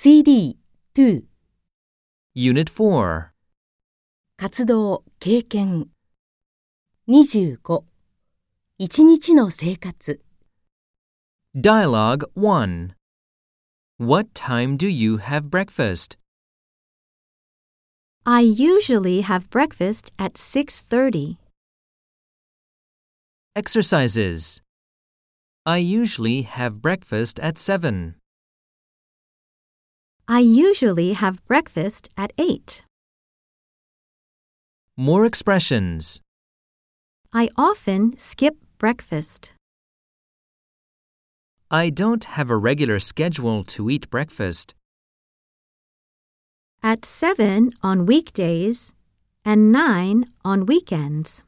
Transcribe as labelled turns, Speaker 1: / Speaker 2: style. Speaker 1: CD、to、
Speaker 2: Unit 4.
Speaker 1: 活動、経験。25、一日の生活。
Speaker 2: Dialogue 1. What time do you have breakfast?
Speaker 3: I usually have breakfast at 6:30.
Speaker 2: Exercises. I usually have breakfast at 7.
Speaker 3: I usually have breakfast at 8.
Speaker 2: More expressions.
Speaker 3: I often skip breakfast.
Speaker 2: I don't have a regular schedule to eat breakfast.
Speaker 3: At 7 on weekdays and 9 on weekends.